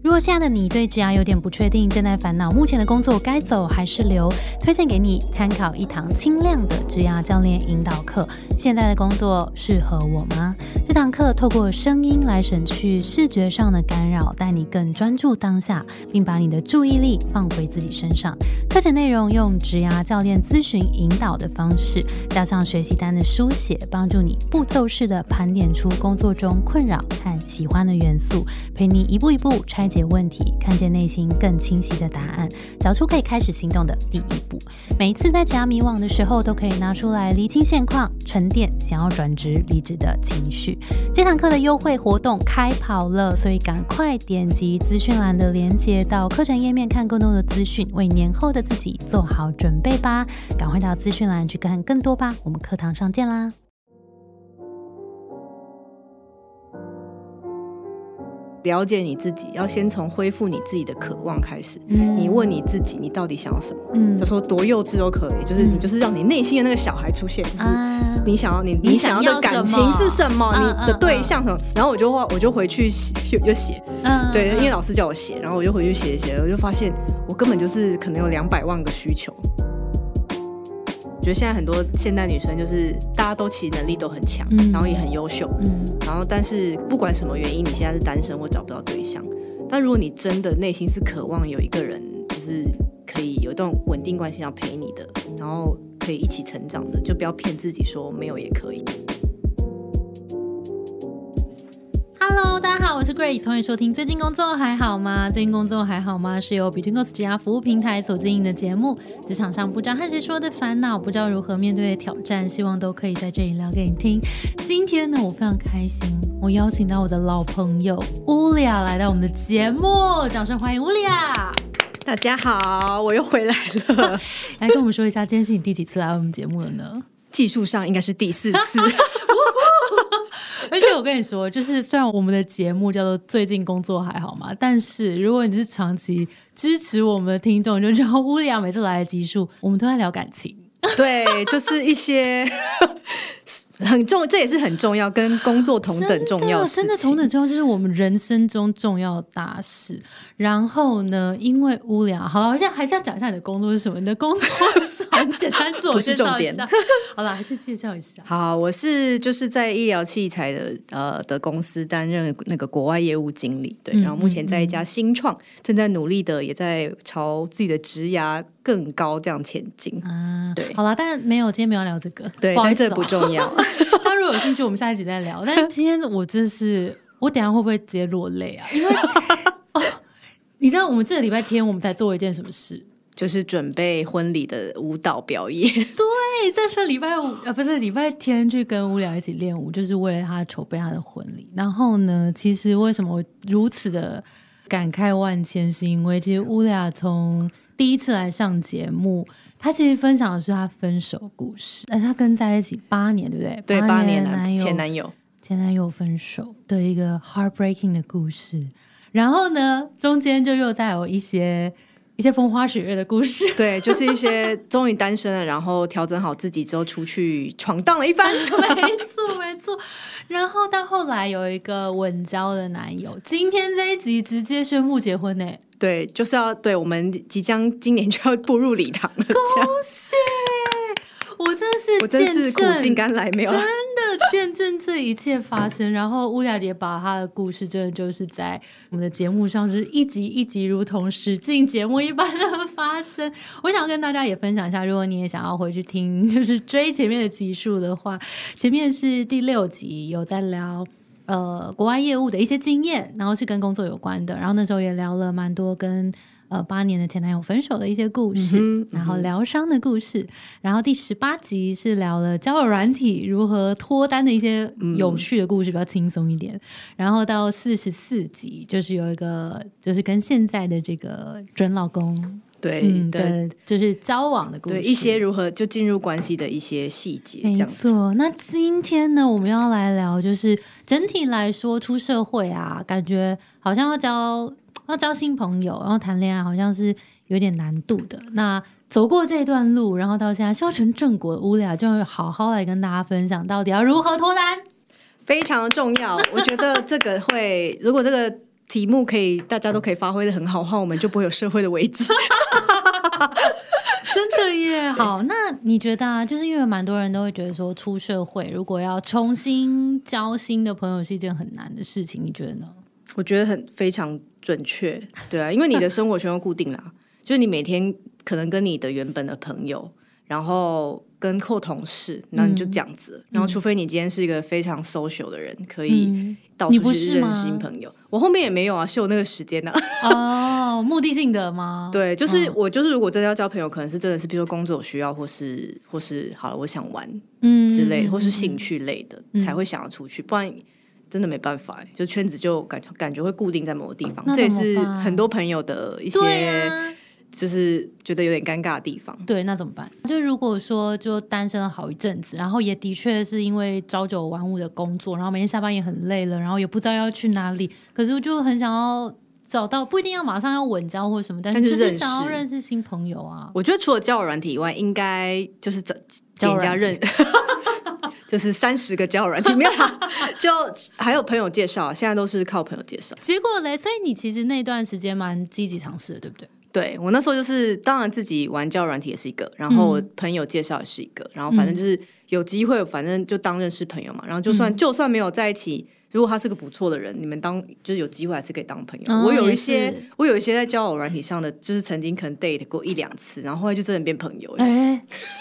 如果现在的你对职涯有点不确定，正在烦恼目前的工作该走还是留，推荐给你参考一堂轻量的职涯教练引导课。现在的工作适合我吗？这堂课透过声音来省去视觉上的干扰，带你更专注当下，并把你的注意力放回自己身上。课程内容用职涯教练咨询引导的方式，加上学习单的书写，帮助你步骤式的盘点出工作中困扰和喜欢的元素，陪你一步一步拆解问题，看见内心更清晰的答案，找出可以开始行动的第一步。每一次在职涯迷惘的时候，都可以拿出来厘清现况，沉淀想要转职离职的情绪。这堂课的优惠活动开跑了，所以赶快点击资讯栏的链接到课程页面看更多的资讯，为年后的自己做好准备吧！赶快到资讯栏去看更多吧，我们课堂上见啦！了解你自己，要先从恢复你自己的渴望开始。嗯你问你自己，你到底想要什么？嗯他说多幼稚都可以，就是嗯你就是让你内心的那个小孩出现，就是啊，你想要你你你想要的想要感什情么是什么，嗯你的嗯对嗯象什么，然后我就我就回去写，又又写，嗯对，因为嗯老师叫我写，然后我就回去写一写，我就发现我根本就是可能有两百万个需求。我觉得现在很多现代女生就是大家都其实能力都很强，嗯然后也很优秀，嗯然后但是不管什么原因，你现在是单身或找不到对象，但如果你真的内心是渴望有一个人，就是可以有一段稳定关系要陪你的，然后可以一起成长的，就不要骗自己说没有也可以。 Hello，大家好，我是 Grace，欢迎收听。最近工作还好吗？最近工作还好吗？是由 Between Goals 职涯服务平台所经营的节目，职场上不知道和谁说的烦恼，不知道如何面对的挑战，希望都可以在这里聊给你听。今天呢，我非常开心，我邀请到我的老朋友乌利亚来到我们的节目，掌声欢迎乌利亚！大家好，我又回来了，来跟我们说一下，今天是你第几次来我们节目了呢？ 技术上应该是第四次。 而且我跟你说，就是虽然我们的节目叫做“最近工作还好吗”，但是如果你是长期支持我们的听众，你就知道乌利亚每次来的集数，我们都在聊感情。对，就是一些 很重，这也是很重要，跟工作同等重要的事情。真的，真的同等重要，就是我们人生中重要的大事。然后呢，因为乌利亚，好了，我现在还是要讲一下你的工作是什么。你的工作是很简单，自我 不是介绍重一点下。 好了，还是介绍一下。好，我是就是在医疗器材的呃的公司担任那个国外业务经理，对，嗯然后目前在一家新创，正在努力的，也在朝自己的职涯更高这样前进。啊， 对好啦，但是没有，今天没有聊这个，对，不好意但思、这哦，不 重要。他如果有兴趣，我们下一集再聊。但是今天我真是，我等一下会不会直接落泪啊？因为 哦，你知道我们这个礼拜天我们才做了一件什么事？就是准备婚礼的舞蹈表演，对，哎在这礼拜五啊，不是礼拜天去跟乌聊一起练舞，就是为了他筹备他的婚礼。然后呢，其实为什么我如此的感慨万千，是因为其实乌俩从第一次来上节目，他其实分享的是他分手故事，但他跟在一起八年，对不对？对，八年啊男男友前男友，前男友分手的一个 heartbreaking 的故事。然后呢，中间就又带有一些一些风花雪月的故事。对，就是一些终于单身了，然后调整好自己之后出去闯荡了 一番。没错，没错。然后到后来有一个稳交的男友，今天这一集直接宣布结婚呢、对，就是要对我们即将今年就要步入礼堂了，这样恭喜！哦我真的是我真是苦见证尽甘来，没有啦真的见证这一切发生，然后乌雅也把他的故事，真的就是在我们的节目上，就是一集一集，如同使劲节目一般的发生。我想跟大家也分享一下，如果你也想要回去听，就是追前面的集数的话，前面是第六集有在聊。呃，国外业务的一些经验，然后是跟工作有关的，然后那时候也聊了蛮多跟呃八年的前男友分手的一些故事，然后疗伤的故事，然后第十八集是聊了交友软体如何脱单的一些嗯有趣的故事，比较轻松一点。然后到四十四集，就是有一个就是跟现在的这个准老公对嗯对的，就是交往的故事，对一些如何就进入关系的一些细节，这没样子。错，那今天呢，我们要来聊，就是整体来说，出社会啊，感觉好像要交要交新朋友，然后谈恋爱好像是有点难度的。那走过这段路，然后到现在修成正果，乌俩就会好好来跟大家分享，到底要如何脱单。 非常重要。我觉得这个会，如果这个题目可以大家都可以发挥的很好的话，我们就不会有社会的危机。真的耶。好，那你觉得啊，就是因为蛮多人都会觉得说，出社会如果要重新交新的朋友是一件很难的事情，你觉得 呢？ 我觉得很非常准确，对啊，因为你的生活圈都固定啦，就是你每天可能跟你的原本的朋友，然后跟扣同事，那你就这样子，然后除非你今天是一个非常 social 的人，可以嗯，到你处不去是认吗识新朋友。我后面也没有啊，是有那个时间的、哦，目的性的吗？，对，嗯就是我就是如果真的要交朋友，可能是真的是比如说工作有需要，或是或是好了，我想玩嗯之类的，或是性。兴趣类的、才会想要出去，不然。真的没办法、欸，就圈子就感觉感觉会固定在某个地方，那这也怎么是办很多朋友的一些对啊，就是觉得有点尴尬的地方。对，那怎么办？就如果说就单身了好一阵子，然后也的确是因为朝九晚五的工作，然后每天下班也很累了，然后也不知道要去哪里，可是我就很想要找到，不一定要马上要稳交或什么，但是但就是是认识想要认识新朋友啊。我觉得除了交友软体以外，应该就是找给交友人家软体认， 就是三十个交友软体没有啦，就还有朋友介绍，现在都是靠朋友介绍。结果嘞，所以你其实那段时间蛮积极尝试的，对不对？对我那时候就是，当然自己玩交友软体也是一个，然后嗯朋友介绍也是一个，然后反正就是有机会，反正就当认识朋友嘛。然后就嗯算、就算没有在一起，如果他是个不错的人，你们当就是有机会还是可以当朋友。哦我有也一些是，我有一些在交友软体上的，就是曾经可能 date 过一两次，然后后来就真的变朋友了。哎，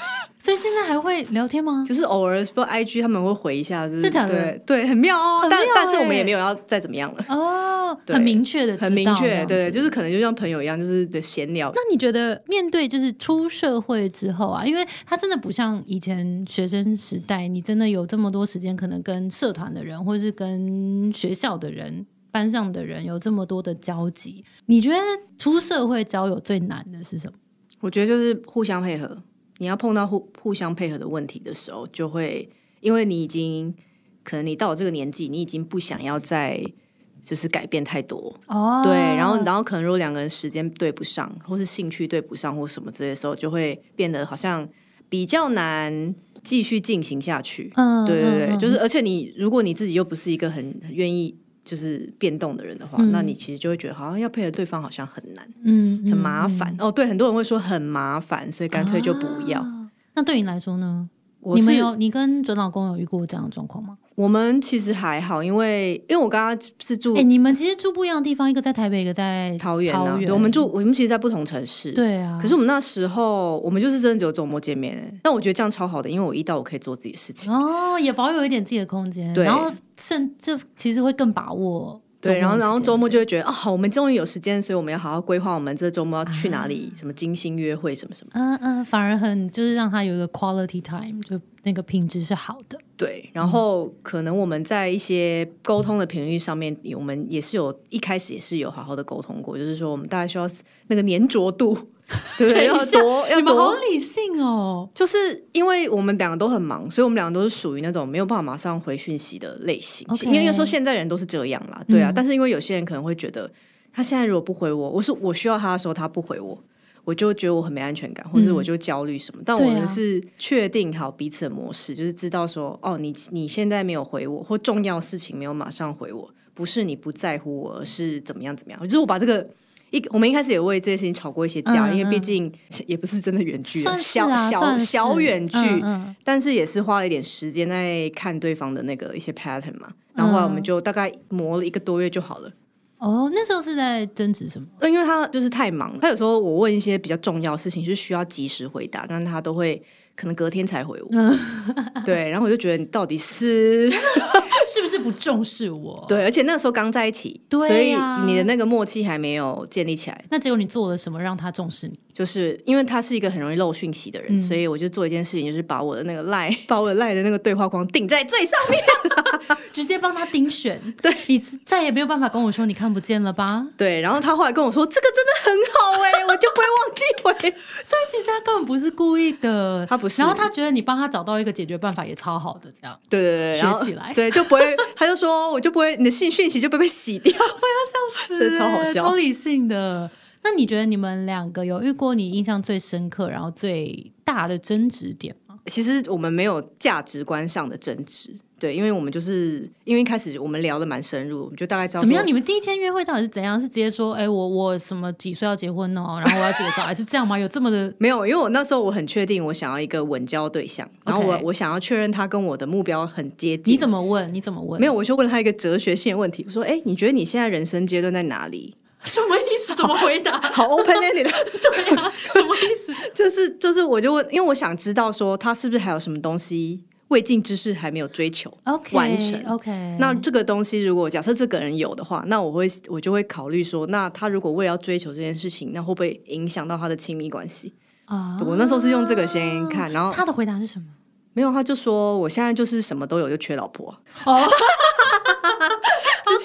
所以现在还会聊天吗？ 就是偶尔不 IG 他们会回一下，就是真假的对对，很妙哦。很但妙但是我们欸也没有要再怎么样了，哦，对很明确的，很明确，对，就就是可能就像朋友一样，就是对闲聊。那你觉得面对就是出社会之后啊，因为他真的不像以前学生时代，你真的有这么多时间，可能跟社团的人，或是跟学校的人、班上的人有这么多的交集。你觉得出社会交友最难的是什么？我觉得就是互相配合，你要碰到互互相配合的问题的时候，就会因为你已经可能你到了这个年纪，你已经不想要再就是改变太多，哦对。然后然后可能如果两个人时间对不上，或是兴趣对不上，或什么之类的时候，就会变得好像比较难继续进行下去。嗯对对嗯对，嗯就是而且你如果你自己又不是一个很很愿意就是变动的人的话，那你其实就会觉得好像要配合对方好像很难，嗯很麻烦。哦，对，很多人会说很麻烦，所以干脆就不要。啊那对你来说呢？我你们是有你跟准老公有遇过这样的状况吗？我们其实还好，因为因为我刚刚是住哎、你们其实住不一样的地方，一个在台北，一个在桃园桃啊，园对，我们住我们其实，在不同城市。。对啊。可是我们那时候，我们就是真的只有周末见面、欸，但我觉得这样超好的，因为我一到我可以做自己的事情，哦，也保有一点自己的空间，对然后甚这其实会更把握周末的时间。对，然后然后周末就会觉得啊、好，我们终于有时间，所以我们要好好规划我们这周末要去啊哪里，什么精心约会什么什么，嗯嗯，反而很就是让他有一个 quality time，就那个品质是好的。对，嗯然后可能我们在一些沟通的频率上面，我们也是有一开始也是有好好的沟通过，就是说我们大概需要那个粘着度， 对不对， 等要一下多要你们好多。理性哦，就是因为我们两个都很忙，所以我们两个都是属于那种没有办法马上回讯息的类型。 OK 嗯因为因为说现在人都是这样啦，对啊。但是因为有些人可能会觉得，他现在如果不回我，我说我需要他的时候他不回我，我就觉得我很没安全感，或者我就焦虑什么。但我嗯对啊们是确定好彼此的模式，就是知道说，哦，你你现在没有回我，或重要事情没有马上回我，不是你不在乎我，而是怎么样怎么样。就是我把这个。一，我们一开始也为这些事情吵过一些架，嗯嗯因为毕竟也不是真的远距啊，算是小啊，小算是小远距，嗯嗯但是也是花了一点时间在看对方的那个一些 pattern 嗯嘛。然后后来我们就大概磨了一个多月就好了。哦，那时候是在争执什么？呃因为他就是太忙了，他有时候我问一些比较重要的事情是需要及时回答，但他都会可能隔天才回我。嗯 对，然后我就觉得你到底是 是不是不重视我？，对，而且那个时候刚在一起，对呀所以你的那个默契还没有建立起来。那结果你做了什么让他重视你？就是因为他是一个很容易漏讯息的嗯人，所以我就做一件事情，就是把我的那个赖， 把我的赖的那个对话框顶在最上面。直接帮他盯选，对你再也没有办法跟我说你看不见了吧？对，然后他后来跟我说，这个真的很好哎、我就不会忘记回。 所以其实他根本不是故意的，他不是然后他觉得你帮他找到一个解决办法也超好的，这样。对对对，然后学起来对，就不会，他就说我就不会，你的信讯息就被被洗掉。 这超好笑超理性的。那你觉得你们两个有遇过你印象最深刻，哦然后最大的争执点吗？其实我们没有价值观上的争执，对，因为我们就是因为一开始我们聊的蛮深入，我们就大概知道怎么样？说你们第一天约会到底是怎样？是直接说，哎、我我什么几岁要结婚哦，然后我要几个小孩，是这样吗？有这么 的？没有，因为我那时候我很确定我想要一个稳交对象，然后我 OK 我想要确认他跟我的目标很接近。你怎么问？你怎么问？没有有？我就问他一个哲学性的问题，我说：“哎，你觉得你现在人生阶段在哪里什么意思？怎么回答？？”好 open ended，对呀、什么意思？就是就是，我就问，因为我想知道说他是不是还有什么东西未尽之事还没有追求 OK， 完成。 OK，那这个东西，如果假设这个人有的话，那我会我就会考虑说，那他如果为了要追求这件事情，那会不会影响到他的亲密关系？啊我那时候是用这个先看，然后他的回答是 什么？没有，他就说我现在就是什么都有，就缺老婆。哦，好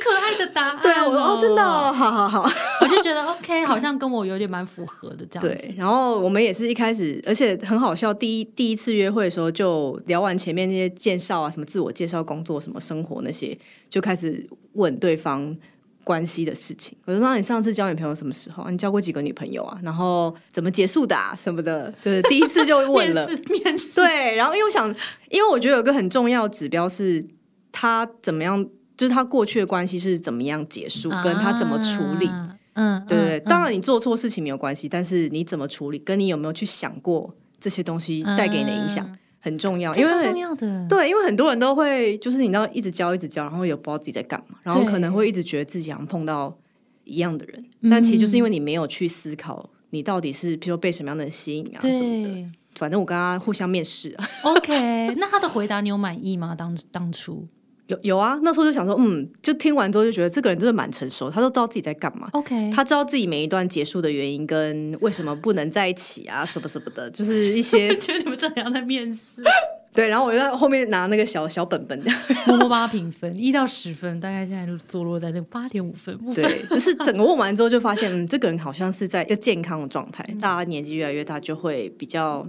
可爱的答案、对啊，我说哦，真的、哦，好好好。我就觉得 OK，好像跟我有点蛮符合的这样子。对，然后我们也是一开始，而且很好笑，第一第一次约会的时候就聊完前面那些介绍啊，什么自我介绍、工作、什么生活那些，就开始问对方。关系的事情，我就说那你上次交女朋友什么时候啊？你交过几个女朋友啊？然后怎么结束的啊？什 么的，就是第一次就问面了试，面试，对，然后因为我想，因为我觉得有个很重要的指标是他怎么样，就是他过去的关系是怎么样结束，跟他怎么处理。啊嗯，对对对，嗯当然你做错事情没有关系，但是你怎么处理，跟你有没有去想过这些东西带给你的影响、嗯很重要，这因超重为。要的。对，因为很多人都会，就是你知道，一直教一直教，然后也不知道自己在干嘛，然后对可能会一直觉得自己好像碰到一样的人，嗯但其实就是因为你没有去思考，你到底是比如说被什么样的人吸引啊什么的。对反正我跟他互相面试啊， ，OK，那他的回答你有满意吗？当当初有有啊，那时候就想说，嗯，就听完之后就觉得这个人真的蛮成熟，他都知道自己在干嘛， OK，他知道自己每一段结束的原因跟为什么不能在一起啊，什么什么的，就是 一些觉得你们这两个在面 试，对。然后我就在后面拿那个小小本本，默默帮他评分，一到十分，大概现在就坐落在那八点五分部分。对，就是整个问完之后就发现，嗯，这个人好像是在一个健康的状态。大家年纪越来越大，就会比较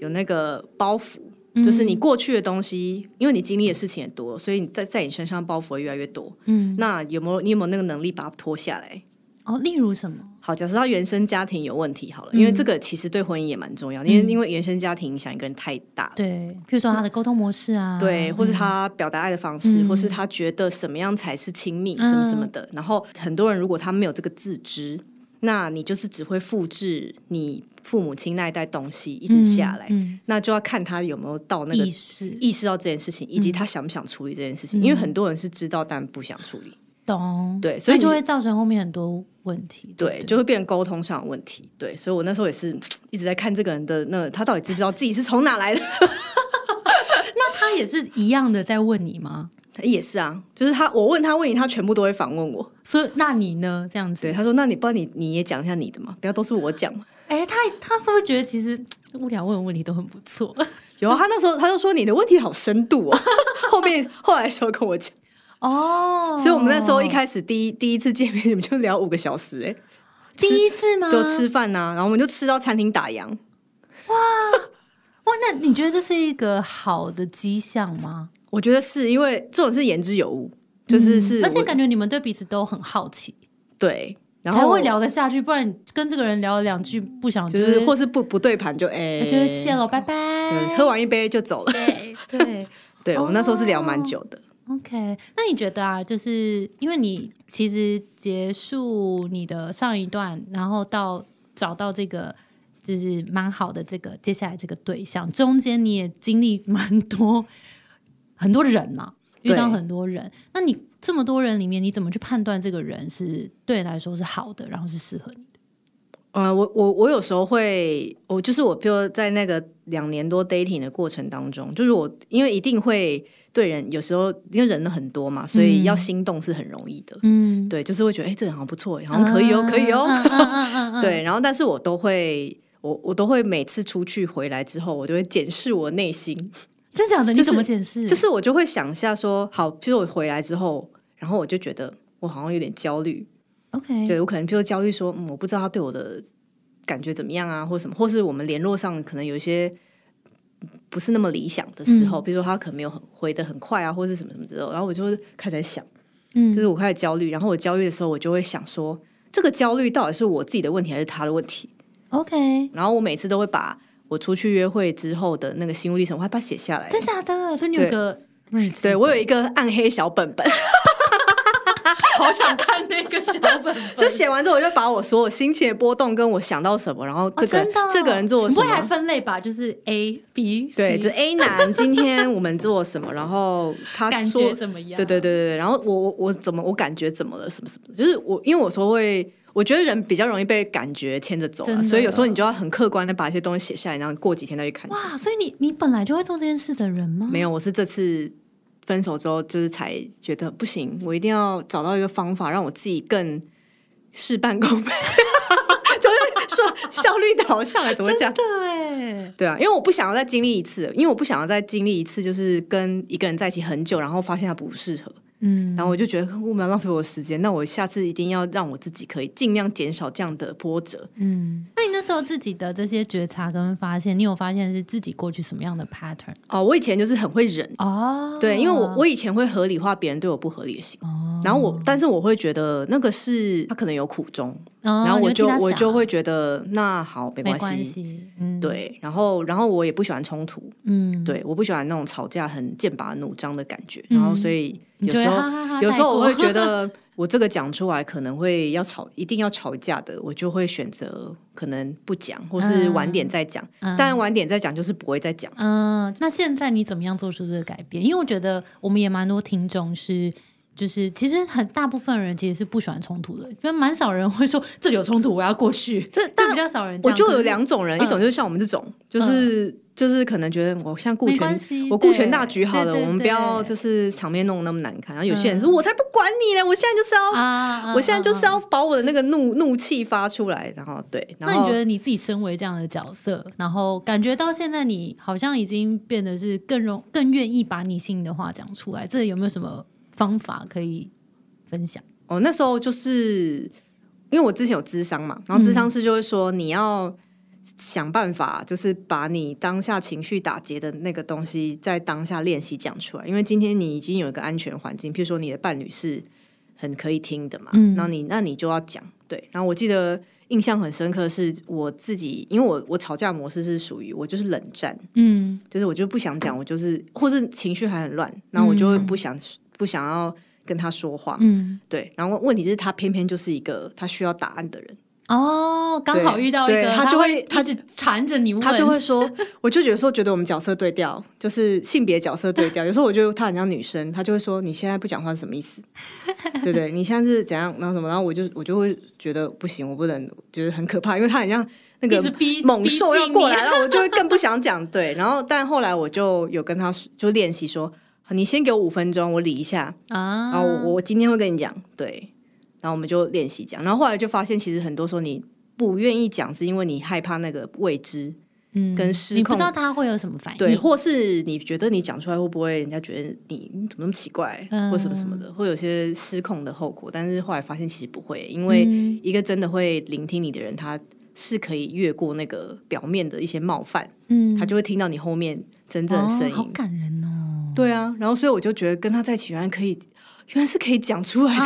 有那个包袱。就是你过去的东西，因为你经历的事情也多，所以你在在你身上包袱会越来越多。嗯，那有没有你有没有那个能力把它脱下来？哦，例如什么？好，假设他原生家庭有问题好了，因为这个其实对婚姻也蛮重要，因为、因为原生家庭影响一个人太大了。对，譬如说他的沟通模式啊，对，或是他表达爱的方式，嗯或是他觉得什么样才是亲密，嗯什么什么的。然后很多人如果他没有这个自知，那你就是只会复制你父母亲那一代东西一直下来，嗯那就要看他有没有到那个意嗯识意识到这件事情，以及他想不想处理这件事情。嗯因为很多人是知道但不想处理，懂，对所以那就你会造成后面很多问题。对，不就会变成沟通上的问题。对，所以我那时候也是一直在看这个人的那他到底知不知道自己是从哪来的。 那他也是一样的在问你吗？他也是啊，就是他，我问他问题，他全部都会反问我。所以那你呢？这样对，子，他说：“那你不然你你也讲一下你的嘛，不要都是我讲嘛。哎，他他会不会觉得其实无聊问的问题都很不错？”有啊，他那时候他就说你的问题好深度哦。 后面后来的时候跟我讲， 哦，所以我们那时候一开始第一第一次见面，你们就聊五个小时、欸，第一次吗？哎，就吃饭呐、然后我们就吃到餐厅打烊。哇，那你觉得这是一个好的迹象吗？我觉得是因为这种是言之有物，就是是我、嗯而且感觉你们对彼此都很好奇，对，然后才会聊得下去，不然跟这个人聊了两句不想就就是是或是不不对盘就哎、那就会谢了，拜拜对。喝完一杯就走了。对 哦对对我那时候是聊蛮久的， ，OK。那你觉得啊，就是因为你其实结束你的上一段，然后到找到这个。就是蛮好的，这个接下来这个对象中间你也经历蛮多很多人嘛，遇对到很多人。那你这么多人里面，你怎么去判断这个人是对你来说是好的，然后是适合你的？呃，我我我有时候会，我就是我，比如在那个两年多 dating 的过程当中，就是我因为一定会对人，有时候因为人很多嘛，所以要心动是很容易的。嗯，对，就是会觉得哎、诶这人好像不错，好像可以哦，可以哦。嗯嗯嗯嗯嗯对，然后但是我都会，我我都会每次出去回来之后，我就会检视我内心，真假的？就是你怎么解释？就是我就会想一下说，好，譬如我回来之后，然后我就觉得我好像有点焦虑， OK，对我可能就焦虑说，嗯，我不知道他对我的感觉怎么样啊，或什么，或是我们联络上可能有一些不是那么理想的时嗯候，比如说他可能没有很回的很快啊，或是什么什么之类的，然后我就会开始在想，嗯就是我开始焦虑，然后我焦虑的时候，我就会想说，这个焦虑到底是我自己的问题还是他的问题？ ，OK，然后我每次都会把我出去约会之后的那个心路历程，我还把它写下来。真假的？所以你有一对个日记对我有一个暗黑小本 本， 好想看那个小本本就写完之后，我就把我所有心情的波动跟我想到什么，然后这个、哦真的哦这个人做了你什不会还么。分类吧？就是 A、B，对， C 就是 A 男今天我们做了什么，然后他感说觉怎么样？对对对对对，然后我我我怎么我感觉怎么了什么什么的，就是我因为我说会，我觉得人比较容易被感觉牵着走、真啊，的所以有时候你就要很客观的把一些东西写下来，然后过几天再去看。哇，所以你你本来就会做这件事的人吗？没有，我是这次分手之后，就是才觉得不行，我一定要找到一个方法，让我自己更事半功倍， 就是说效率导向，怎么讲？对，对啊，因为我不想要再经历一次，因为我不想要再经历一次，就是跟一个人在一起很久，然后发现他不适合，嗯，然后我就觉得我们要浪费我的时间，那我下次一定要让我自己可以尽量减少这样的波折。嗯，那你那时候自己的这些觉察跟发现，你有发现是自己过去什么样的 pattern 哦，我以前就是很会忍，哦？对，因为我我以前会合理化别人对我不合理的行为。哦，然后我，但是我会觉得那个是他可能有苦衷，然然后我就我我就会觉得那好没啊没关系，系，嗯，，对，然后然后我也不喜欢冲突，嗯，对，我不喜欢那种吵架很剑拔弩张的感觉，嗯然后所以你有就会时候哈哈哈有时候我会带过觉得我这个讲出来可能会要吵，一定要吵架的，我就会选择可能不讲，或是晚点再讲，嗯但晚点再讲就是不会再讲。嗯，那现在你怎么样做出这个改变？因为我觉得我们也蛮多听众是。就是其实很大部分人其实是不喜欢冲突的，因为蛮少人会说这里有冲突我要过去，这就但比较少人这我样。嗯就有两两种人，一种就是像我们这种，就是就是可能觉得我像顾没全关系，我顾全对大局好了，对对我们不要对就是场面弄得那么难看。然后有些人嗯说：“我才不管你嘞，我现在就是要，啊我现在就是。啊啊啊要把我的那个怒怒气发出来。”然后对，然那你后觉得你自己身为这样的角色，然后感觉到现在你好像已经变得是更容更愿意把你心里的话讲出来，这有没有什么方法可以分享？哦，那时候就是因为我之前有智商嘛，然后智嗯商师就会说你要。想办法，就是把你当下情绪打结的那个东西，在当下练习讲出来。因为今天你已经有一个安全环境，譬如说你的伴侣是很可以听的嘛，嗯然后你那你就要讲对。然后我记得印象很深刻是我自己，因为我我吵架模式是属于我就是冷战，嗯就是我就不想讲，我就是或是情绪还很乱，然后我就会不想、不想要跟他说话，嗯，对，然后问题是，他偏偏就是一个他需要答案的人，哦，刚好对遇到一个，对他就会会他就缠着你问，他就会说，我就有时候觉得我们角色对调，就是性别角色对调。有时候我觉得他很像女生，他就会说你现在不讲话是什么意思？对不对？你现在是怎样？然后什么？然后我就我就会觉得不行，我不能，觉得很可怕，因为他很像那一个直逼猛兽要过来，逼然后我就会更不想讲。对，然后但后来我就有跟他说就练习说，你先给我五分钟，我理一下，近你啊，然后我我今天会跟你讲，对，然后我们就练习讲，然后后来就发现，其实很多时候你不愿意讲，是因为你害怕那个未知，嗯跟失你不控知道他会有什么反应，对，或是你觉得你讲出来会不会人家觉得你你怎么那么奇怪，嗯或什么什么的，会有些失控的后果。但是后来发现其实不会，因为嗯一个真的会聆听你的人，他是可以越过那个表面的一些冒犯，嗯，他就会听到你后面真正的声哦好音。感人 哦，对啊，然后所以我就觉得跟他在一起原来可以，原来是可以讲出来的。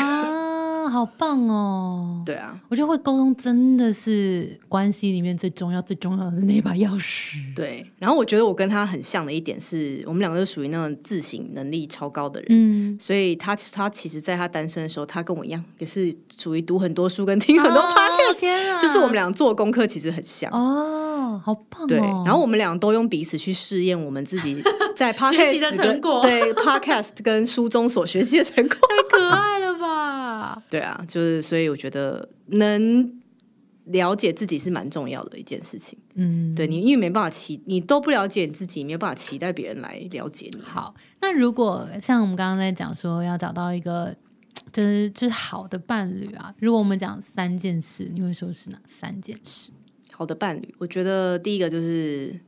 啊，好棒哦，对啊，我觉得会沟通真的是关系里面最重要、最重要的那把钥匙。对，然后我觉得我跟他很像的一点是，我们两个都属于那种自省能力超高的人，嗯，所以他他其实在他单身的时候，他跟我一样，也是属于读很多书跟听很多 p o 哦天啊，就是我们俩做功课其实很像。哦，好棒哦。对，然后我们俩都用彼此去试验我们自 己在 podcast 习的跟成果 对 podcast 跟书中所学习的成 果。太可爱了吧？对啊，就是所以我觉得能了解自己是蛮重要的一件事情。嗯，对你，因为没办法期，你都不了解你自己，没有办法期待别人来了解你。好。那如果像我们刚刚在讲说要找到一个。就是就是好的伴侣啊！如果我们讲三件事，你会说是哪三件事？好的伴侣，我觉得第一个就是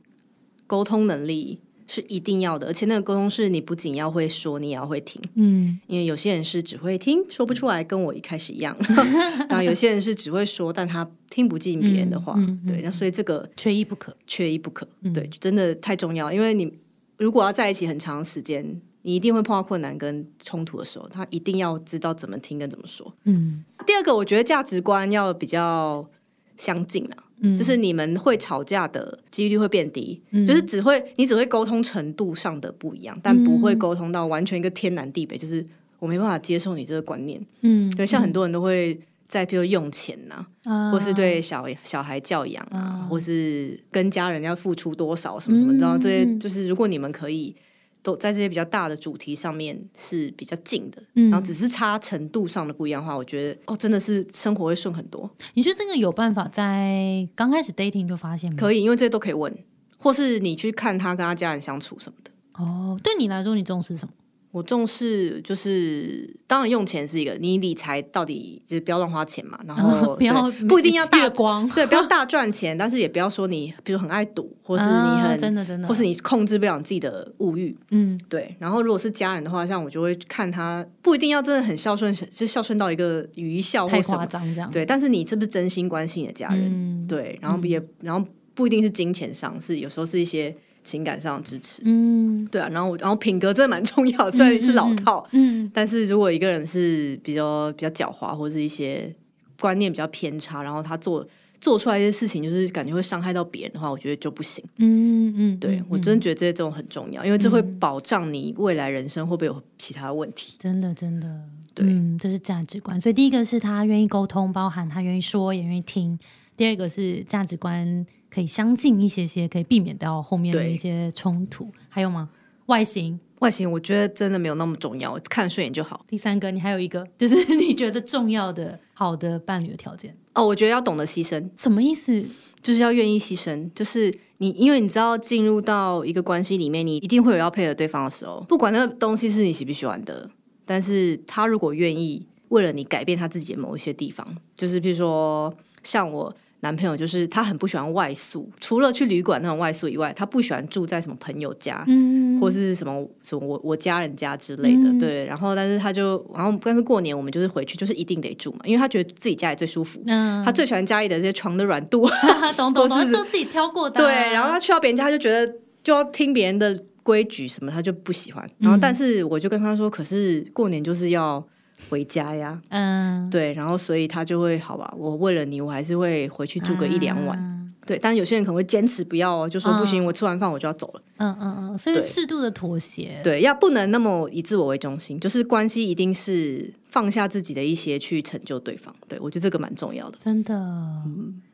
沟通能力是一定要的，而且那个沟通是你不仅要会说，你也要会听。嗯因为有些人是只会听，说不出来，跟我一开始一样； 然后有些人是只会说，但他听不进别人的话。嗯嗯嗯对，那所以这个缺一不可。缺一不可，嗯对，真的太重要。因为你如果要在一起很长时间，你一定会碰到困难跟冲突的时候，他一定要知道怎么听跟怎么说。嗯第二个，我觉得价值观要比较相近啦。啊嗯就是你们会吵架的几率会变低，嗯就是只会你只会沟通程度上的不一样，但不会沟通到完全一个天南地北，就是我没办法接受你这个观念。嗯，对，像很多人都会在譬如用钱呐、啊或是对小小孩教养啊，啊或是跟家人要付出多少什么什么，嗯然后这些嗯就是如果你们可以都在这些比较大的主题上面是比较近的，嗯然后只是差程度上的不一样的话，我觉得哦，真的是生活会顺很多。你觉得这个有办法在刚开始 dating 就发现吗？可以，因为这些都可以问，或是你去看他跟他家人相处什么的。哦，对你来说你重视什么？我重视就是，当然用钱是一个，你理财到底就是不要乱花钱嘛，然后哦不要哦对不一定要大月光，对，不要大赚钱，但是也不要说你，比如很爱赌，或是你啊很、真的真的或是你控制不了你自己的物欲。嗯对，然后如果是家人的话，像我就会看他，不一定要真的很孝顺，就孝顺到一个愚孝太或什夸么。张这样，对，但是你是不是真心关心你的家人？嗯对，然后也、然后不一定是金钱上，是有时候是一些情感上的支持。嗯对啊，然后我然后品格真的蛮重要，虽然是老套，嗯但是如果一个人是比较比较狡猾，或是一些观念比较偏差，然后他做做出来一些事情，就是感觉会伤害到别人的话，我觉得就不行。嗯嗯，对、嗯我真的觉得这些这种很重要，因为这会保障你未来人生会不会有其他问题。真的真的，对嗯，这是价值观。所以第一个是他愿意沟通，包含他愿意说，也愿意听；第二个是价值观可以相近一些些，可以避免掉后面的对一些冲突。还有吗？外形。外形我觉得真的没有那么重要，看顺眼就好。第三个，你还有一个，就是 你觉得重要的好的伴侣的条件，哦，我觉得要懂得牺牲，什么意思？就是要愿意牺牲，就是你，因为你知道进入到一个关系里面，你一定会有要配合对方的时候，不管那个东西是你喜不喜欢的，但是他如果愿意为了你改变他自己的某一些地方，就是比如说像我。男朋友就是他很不喜欢外宿，除了去旅馆那种外宿以外，他不喜欢住在什么朋友家，嗯，或是什么什么我我家人家之类的，嗯对。然后但是他就，然后但是过年我们就是回去，就是一定得住嘛，因为他觉得自己家里最舒服，那他最喜欢家里的这些床的软度嗯啊，懂懂或懂，嗯是都自己挑过的啊， 对，然后他去到别人家，他就觉得就要听别人的规矩什么，他就不喜欢。然嗯后，但是我就跟他说，可是过年就是要回家呀，嗯，对，然后所以他就会好吧，我为了你，我还是会回去住个一两晚。啊对，但是有些人可能会坚持不要哦，就说不行，我吃完饭我就要走了。嗯嗯嗯，所以对适度的妥协，对，要不能那么以自我为中心，就是关系一定是放下自己的一些去成就对方。对我觉得这个蛮重要的。真的，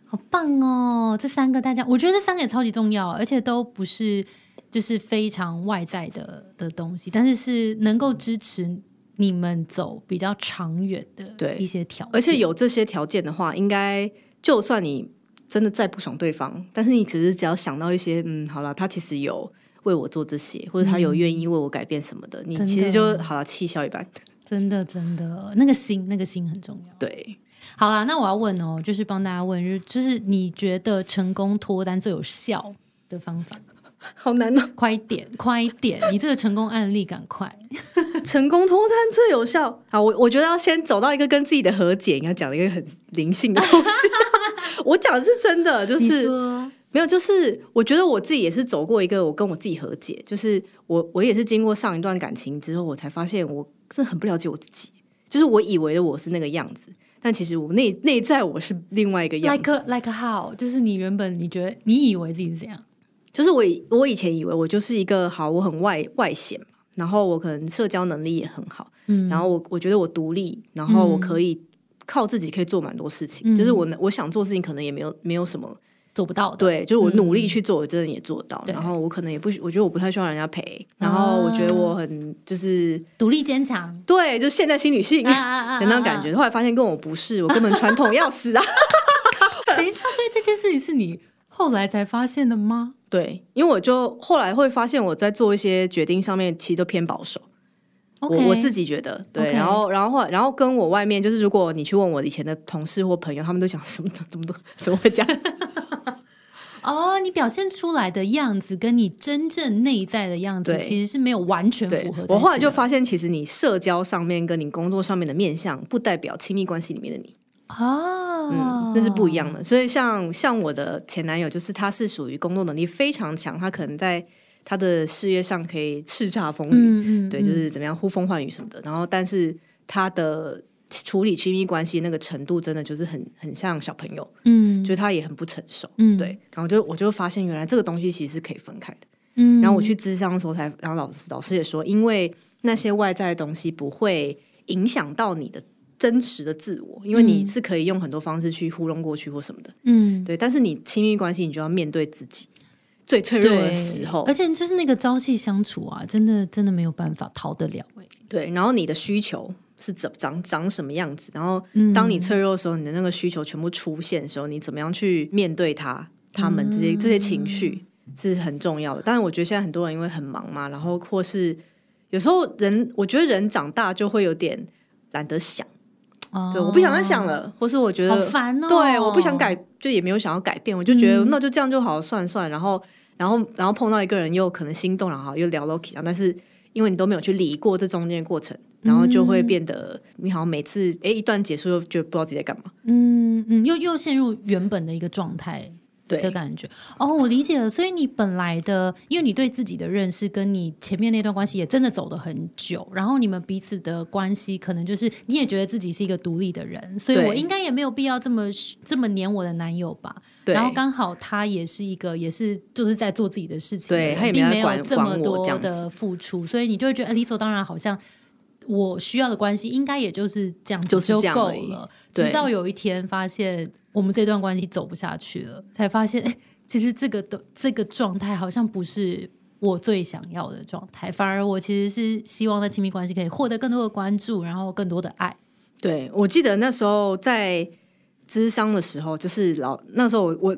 好棒哦！这三个大家，我觉得这三个也超级重要，而且都不是就是非常外在的的东西，但是是能够支持你们走比较长远的对一些条件，而且有这些条件的话，应该就算你真的再不爽对方，但是你只是只要想到一些，嗯，好了，他其实有为我做这些，或者他有愿意为我改变什么的，你真的其实就好了，气消一半。真的真的那个心，那个心很重要。对，好啦，那我要问哦，就是帮大家问，就是就是你觉得成功脱单最有效的方法？好难哦、快一点， 快一点！你这个成功案例，赶快！ 成功脱单最有效。好，我我觉得要先走到一个跟自己的和解。你要讲了一个很灵性的东西， 我讲的是真的，就你是说，没有，就是我觉得我自己也是走过一个我跟我自己和解，就是我我也是经过上一段感情之后，我才发现我真的很不了解我自己，就是我以为的我是那个样子，但其实我内内在我是另外一个样子， like a- like a how，就是你原本你觉得你以为自己是怎样，就是我以我以前以为我就是一个好，我很外外显嘛，然后我可能社交能力也很好，嗯然后我我觉得我独立，然后我可以靠自己可以做蛮多事情，就是我能我想做的事情可能也没有没有什么做不到的。对，就是我努力去做，我真的也做到。嗯对啊然后我可能也不需，我觉得我不太需要人家陪。然后我觉得我很就是独立坚 强对，就现代新女性啊 的啊啊啊那种感觉。后来发现跟我不是，我根本传统要死 啊！等一下，所以这件事情是你后来才发现的吗？对，因为我就后来会发现我在做一些决定上面其实都偏保守。 OK，我我自己觉得对 OK 然后然后后来然后跟我外面就是，如果你去问我以前的同事或朋友，他们都想什么怎么都怎么 会这样？哦，你表现出来的样子跟你真正内在的样子对其实是没有完全对符合在一起的。我后来就发现，其实你社交上面跟你工作上面的面相，不代表亲密关系里面的你。啊嗯，，那是不一样哦的。所以像像我的前男友，就是他是属于工作能力非常强，他可能在他的事业上可以叱咤风嗯。云，嗯嗯，对，就是怎么样呼风唤雨什么的。然后，但是他的处理亲密关系那个程度，真的就是很很像小朋友，嗯，就是他也很不成熟，嗯对。然后就我就发现，原来这个东西其实是可以分开的。嗯，然后我去咨商的时候才，然后老师老师也说，因为那些外在的东西不会影响到你的真实的自我，因为你嗯是可以用很多方式去糊弄过去或什么的，嗯。对。但是你亲密关系，你就要面对自己最脆弱对的时候而，且就是那个朝夕相处啊，真的真的没有办法逃得了哎、对。然后你的需求是怎长长什么样子，然后当你脆弱的时候，你的那个需求全部出现的时候，你怎么样去面对它？他们这些这些情绪是很重要的。但是我觉得现在很多人因为很忙嘛，然后或是有时候人，我觉得人长大就会有点懒得想，哦对，我不想再想了，或是我觉得好烦哦对，我不想改，就也没有想要改变，我就觉得、嗯那就这样就好，算了算了，然后然后然后碰到一个人又可能心动，然后又聊 Loki 但是因为你都没有去理过这中间的过程。然后就嗯会变得，你好像每次哎一段结束就觉得不知道自己在干嘛，嗯嗯，又又陷入原本的一个状态对的感觉。哦，我理解了。所以你本来的，因为你对自己的认识跟你前面那段关系也真的走得很久，然后你们彼此的关系可能就是你也觉得自己是一个独立的人，所以对我应该也没有必要这么这么黏我的男友吧。对，然后刚好他也是一个，也是就是在做自己的事情的人，对他也没并在没管有这管么我多这样的付出，所以你就会觉得哎理所当然，好像我需要的关系应该也就是这样子就是这样够而已了。对直到有一天发现我们这段关系走不下去了，才发现哎，其实这个的这个状态好像不是。我最想要的状态，反而我其实是希望在亲密关系可以获得更多的关注，然后更多的爱。对，我记得那时候在咨商的时候，就是老那时候我我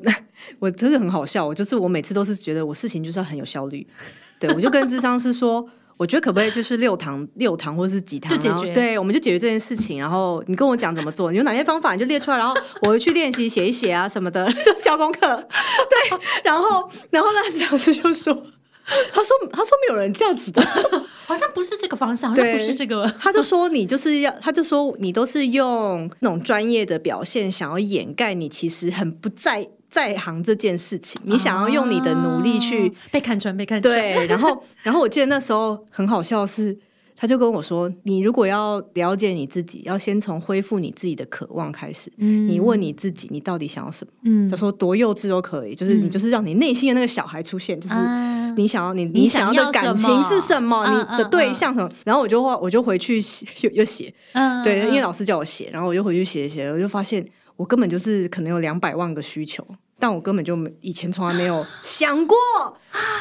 我真的很好笑，我就是我每次都是觉得我事情就是要很有效率，对我就跟咨商师说。我觉得可不可以就是六堂、六堂或者是几堂，就解然后决对，我们就解决这件事情。然后你跟我讲怎么做，你有哪些方法，你就列出来，然后我回去练习写一写啊什么的，就交功课。对，然后然后那老师就说，他说他说没有人这样子的，好像不是这个方向，好像对不是这 个。他就说你就是要，他就说你都是用那种专业的表现，想要掩盖你其实很不在在行这件事情，你想要用你的努力 去、啊被看穿，被看穿。对。然后，然后我记得那时候很好笑的是，他就跟我说，你如果要了解你自己，要先从恢复你自己的渴望开始。嗯你问你自己，你到底想要什么？嗯他说多幼稚都可以，就是你嗯就是让你内心的那个小孩出现，就是啊你想要你你你想想要要的什感情么是什么，嗯你的嗯对嗯象什么。然后我就画，我就回去写，又又写，嗯对，因为嗯老师叫我写，然后我就回去写一写，我就发现我根本就是可能有两百万个需求，但我根本就没以前从来 没有想过。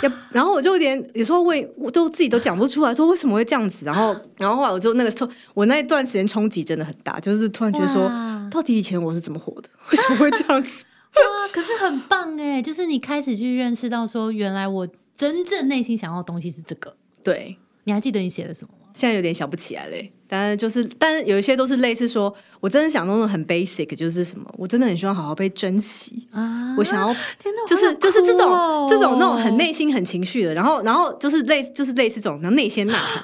也然后我就有点有时候问，我都自己都讲不出来，说为什么会这样子。然后，然后后来我就那个时候，我那一段时间冲击真的很大，就是突然觉得说哇，到底以前我是怎么活的？ 为什么会这样子？ 哇，可是很棒哎，就是你开始去认识到说，原来我真正内心想要的东西是这个。对，你还记得你写的什么吗？现在有点想不起来嘞。但是就是，但是有一些都是类似说，我真的想那种很 basic，就是什么，我真的很希望好好被珍惜，啊我想要天哪，我就是好想就是这种、哭哦这种那种很内心很情绪的，然后然后就是类就是类似这种然后内心呐 喊，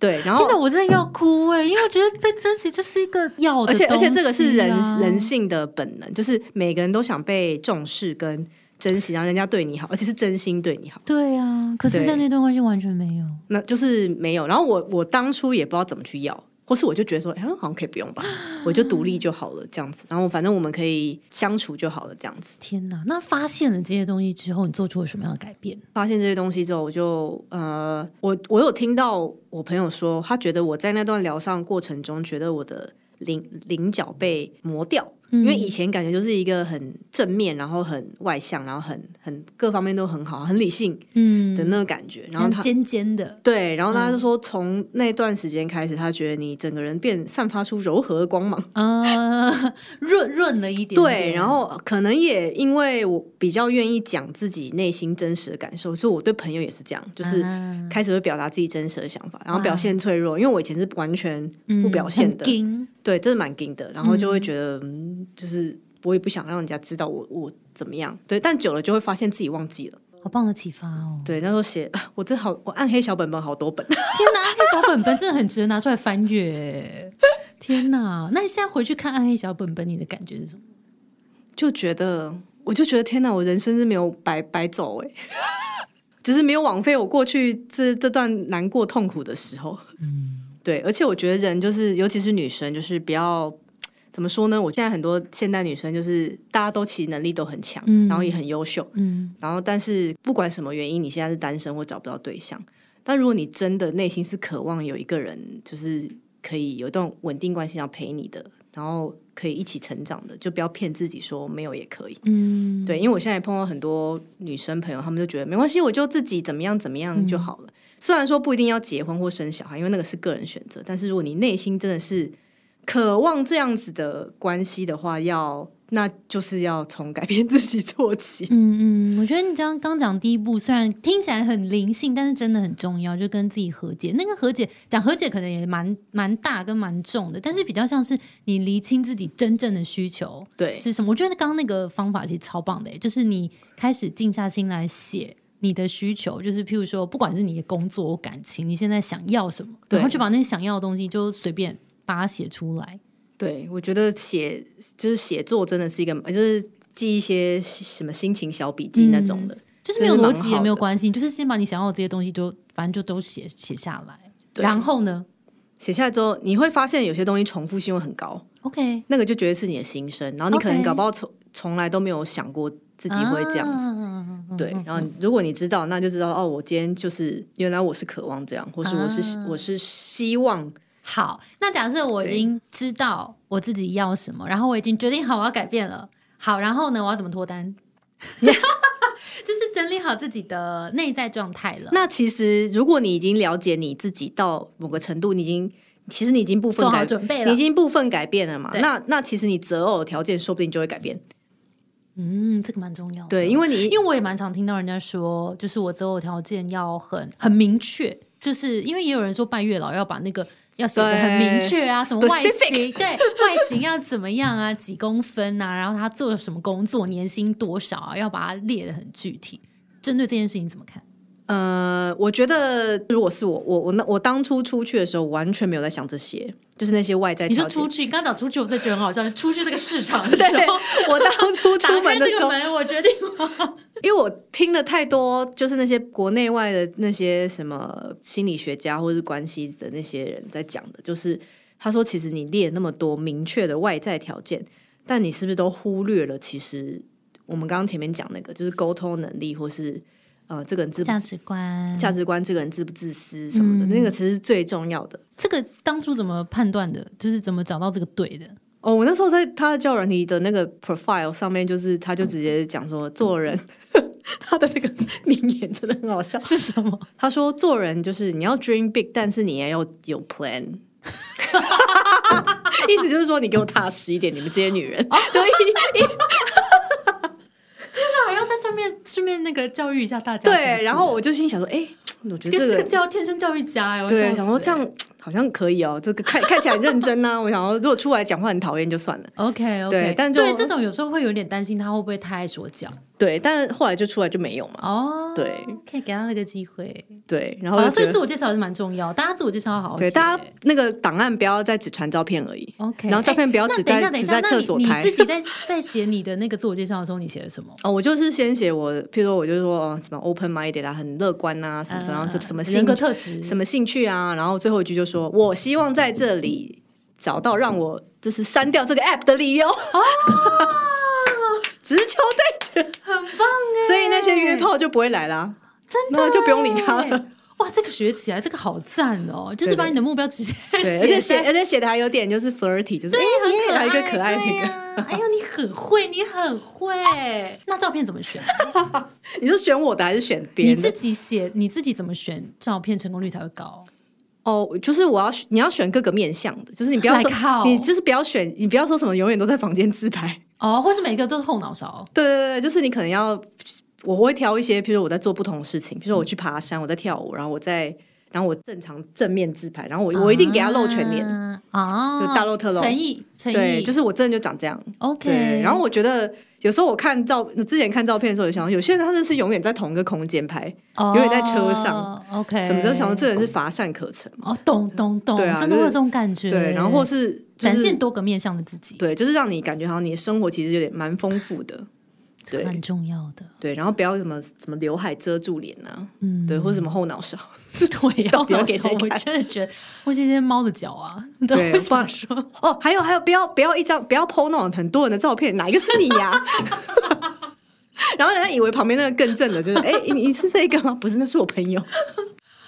对，然后天哪，我真的要哭哎，因为我觉得被珍惜就是一个要的而东西且啊、而且这个是人人性的本能，就是每个人都想被重视跟珍惜，让人家对你好，而且是真心对你好，对啊，可是，对在那段关系完全没有。那就是没有。然后我我当初也不知道怎么去要。或是我就觉得说，哎、好像可以不用吧，我就独立就好了，这样子。然后反正我们可以相处就好了，这样子。天哪，那发现了这些东西之后，你做出了什么样的改变？发现这些东西之后，我就呃，我我有听到我朋友说，他觉得我在那段疗伤的过程中，觉得我的棱棱角被磨掉，因为以前感觉就是一个很正面，然后很外向，然后很很各方面都很好，很理性嗯，的那个感觉。然后他尖尖的，对，然后他嗯就说，从那段时间开始，他觉得你整个人变散发出柔和的光芒。呃， 润润了一点点对，然后可能也因为我比较愿意讲自己内心真实的感受，所以我对朋友也是这样，就是啊开始会表达自己真实的想法，然后表现脆弱，因为我以前是完全不表现的，嗯很硬对，真的蛮硬的，然后就会觉得，嗯就是我也不想让人家知道我我怎么样，对，但久了就会发现自己忘记了，好棒的启发哦！对，那时候写 我这好，我暗黑小本本好多本，天哪，暗黑小本本真的很值得拿出来翻阅。天哪，那你现在回去看暗黑小本本，你的感觉是什么？就觉得，我就觉得天哪，我人生是没有白白走哎、欸， 嗯就是没有枉费我过去这这段难过痛苦的时候。对，而且我觉得人就是，尤其是女生，就是不要怎么说呢？我现在很多现代女生就是大家都其实能力都很强，嗯然后也很优秀，嗯然后但是不管什么原因，你现在是单身或找不到对象，但如果你真的内心是渴望有一个人，就是可以有一段稳定关系要陪你的，然后可以一起成长的，就不要骗自己说没有也可以。嗯，对，因为我现在也碰到很多女生朋友，她们就觉得没关系，我就自己怎么样怎么样就好了。虽然说不一定要结婚或生小孩，因为那个是个人选择，但是如果你内心真的是渴望这样子的关系的话，要那就是要从改变自己做起。嗯嗯，我觉得你这样刚讲第一步，虽然听起来很灵性，但是真的很重要，就跟自己和解。那个和解，讲和解可能也蛮蛮大跟蛮重的，但是比较像是你厘清自己真正的需求 对，是什么。我觉得刚刚那个方法其实超棒的、欸就是你开始静下心来写。你的需求就是，譬如说，不管是你的工作、感情，你现在想要什么，对然后就把那些想要的东西就随便把它写出来。对，我觉得写就是写作真的是一个，就是记一些什么心情小笔记那种的。就是没有真的逻蛮辑好也没有的关系，你就是先把你想要的这些东西就反正就都写写下来，对然后呢写下来之后，你会发现有些东西重复性会很高， ，OK，那个就觉得是你的心声，然后你可能 OK 搞不好从从来都没有想过自己会这样子。啊对，然后如果你知道，那就知道哦，我今天就是原来我是渴望这样，或是我是、啊我是希望好，那假设我已经知道我自己要什么，然后我已经决定好我要改变了，好，然后呢，我要怎么脱 单？ 就是整理好自己的内在状态了。那其实，如果你已经了解你自己到某个程度，你已经其实你已经部分做好改准备了你已经部分改变了嘛？对那那其实你择偶条件说不定就会改变，嗯，这个蛮重要的。对，因为为你因为我也蛮常听到人家说，就是我择偶条件要很很明确，就是因为也有人说拜月老要把那个。要写的很明确啊，什么外 specific 形，对外形要怎么样啊， 几公分啊，然后他做什么工作，年薪多少啊，要把它列的很具体。针对这件事情怎么看？呃，我觉得如果是我，我我那我当初出去的时候完全没有在想这些，就是那些外在你说条件出。去，刚讲出去，我真的觉得很好笑。出去这个市场的时对候，，我当初 出 打门开的这时个候，门，我决定因为我听了太多，就是那些国内外的那些什么心理学家或是关系的那些人在讲的，就是他说，其实你列那么多明确的外在条件，但你是不是都忽略了？其实我们刚刚前面讲那个，就是沟通能力，或是呃，这个人自不价值嗯观。价值观，这个人自不自私什么的，那个才是最重要的。这个当初怎么判断的？就是怎么找到这个对的？哦，我那时候在他的教软体的那个 profile 上面，就是他就直接讲嗯说，做人 他的那个名言真的很好 笑，是什么？他说：“做人就是你要 dream big，但是你也要有 plan。” 意思就是说，你给我踏实一点，你们这些女哦人。所以那还要在上面顺便那个教育一下大家。是不 对，是然后我就心想说：“哎、我觉这个得这是个个教天生教育家哎，我笑对，死想说这样好像可以哦，这个看看起来很认真啊。我想说，如果出来讲话很讨厌就算了。 OK OK，对但就对这种有时候会有点担心他会不会太爱说教对，但后来就出来就没有嘛。哦。对，可以给他那个机会。对，然后好，就所觉以自得我介绍还是蛮重要，大家自我介绍要好好对，写。大家那个档案不要再只传照片而已。 OK，然后照片不要哎只那等一在下等一只下在那厕你所你拍自己在在写你的那个自我介绍的时候，你写了什么？ 哦，我就是先写我，譬如说，我就说哦什么 open minded 啊，很乐观啊，什么什么呃什么什么人性格特质什么兴趣啊，然后最后一句就说我希望在这里找到让我就是删掉这个 app 的理由。啊 直球对决，很棒哎，所以那些约炮就不会来啦。真的欸那就不用理他了哎。哇，这个学起来，这个好赞哦！就是把你哎的目标直接对，而且写在而且写的还有点就是 flirty，就是对，哎很可来爱，一个可爱的对一个，呀哎呦，你很会，你很 会。那照片怎么选？你是选我的还是选别你人自的？己写，你自己怎么选照片成功率才会高？哦，就是我要你要选各个面向的，就是你不要 Like how？你就是不要选，你不要说什么永远都在房间自拍。哦，或是每个都是后脑勺？对对对，就是你可能要，我会挑一些，譬如我在做不同的事情，譬如我去爬山，我在跳舞，然后我在，然后我正常正面自拍，然后我、我一定给他露全脸，啊，哦就大露特露诚意，诚对，意，就是我真的就长这样。对， OK。然后我觉得有时候我看照，之前看照片的时候，有想到有些人他真的是永远在同一个空间拍，哦有点在车上，OK，什么都想到这人是乏善可陈嘛，哦，懂懂懂，对啊真的会有就是这种感觉。对，然后或是、就是、展现多个面向的自己， 对，就是让你感觉好像你的生活其实有点蛮丰富的，这个蛮重要 的。对，然后不要什么什么刘海遮住脸啊，嗯，对，或者什么后脑勺，腿要到底要给谁我看真的觉得，或是一些猫的脚啊，对我想哇说，哦，还有还有，不要不要一张不要 PO 那种很多人的照片，哪一个是你呀、 然后人家以为旁边那个更正的，就是哎、你你是这个吗？不是，那是我朋友。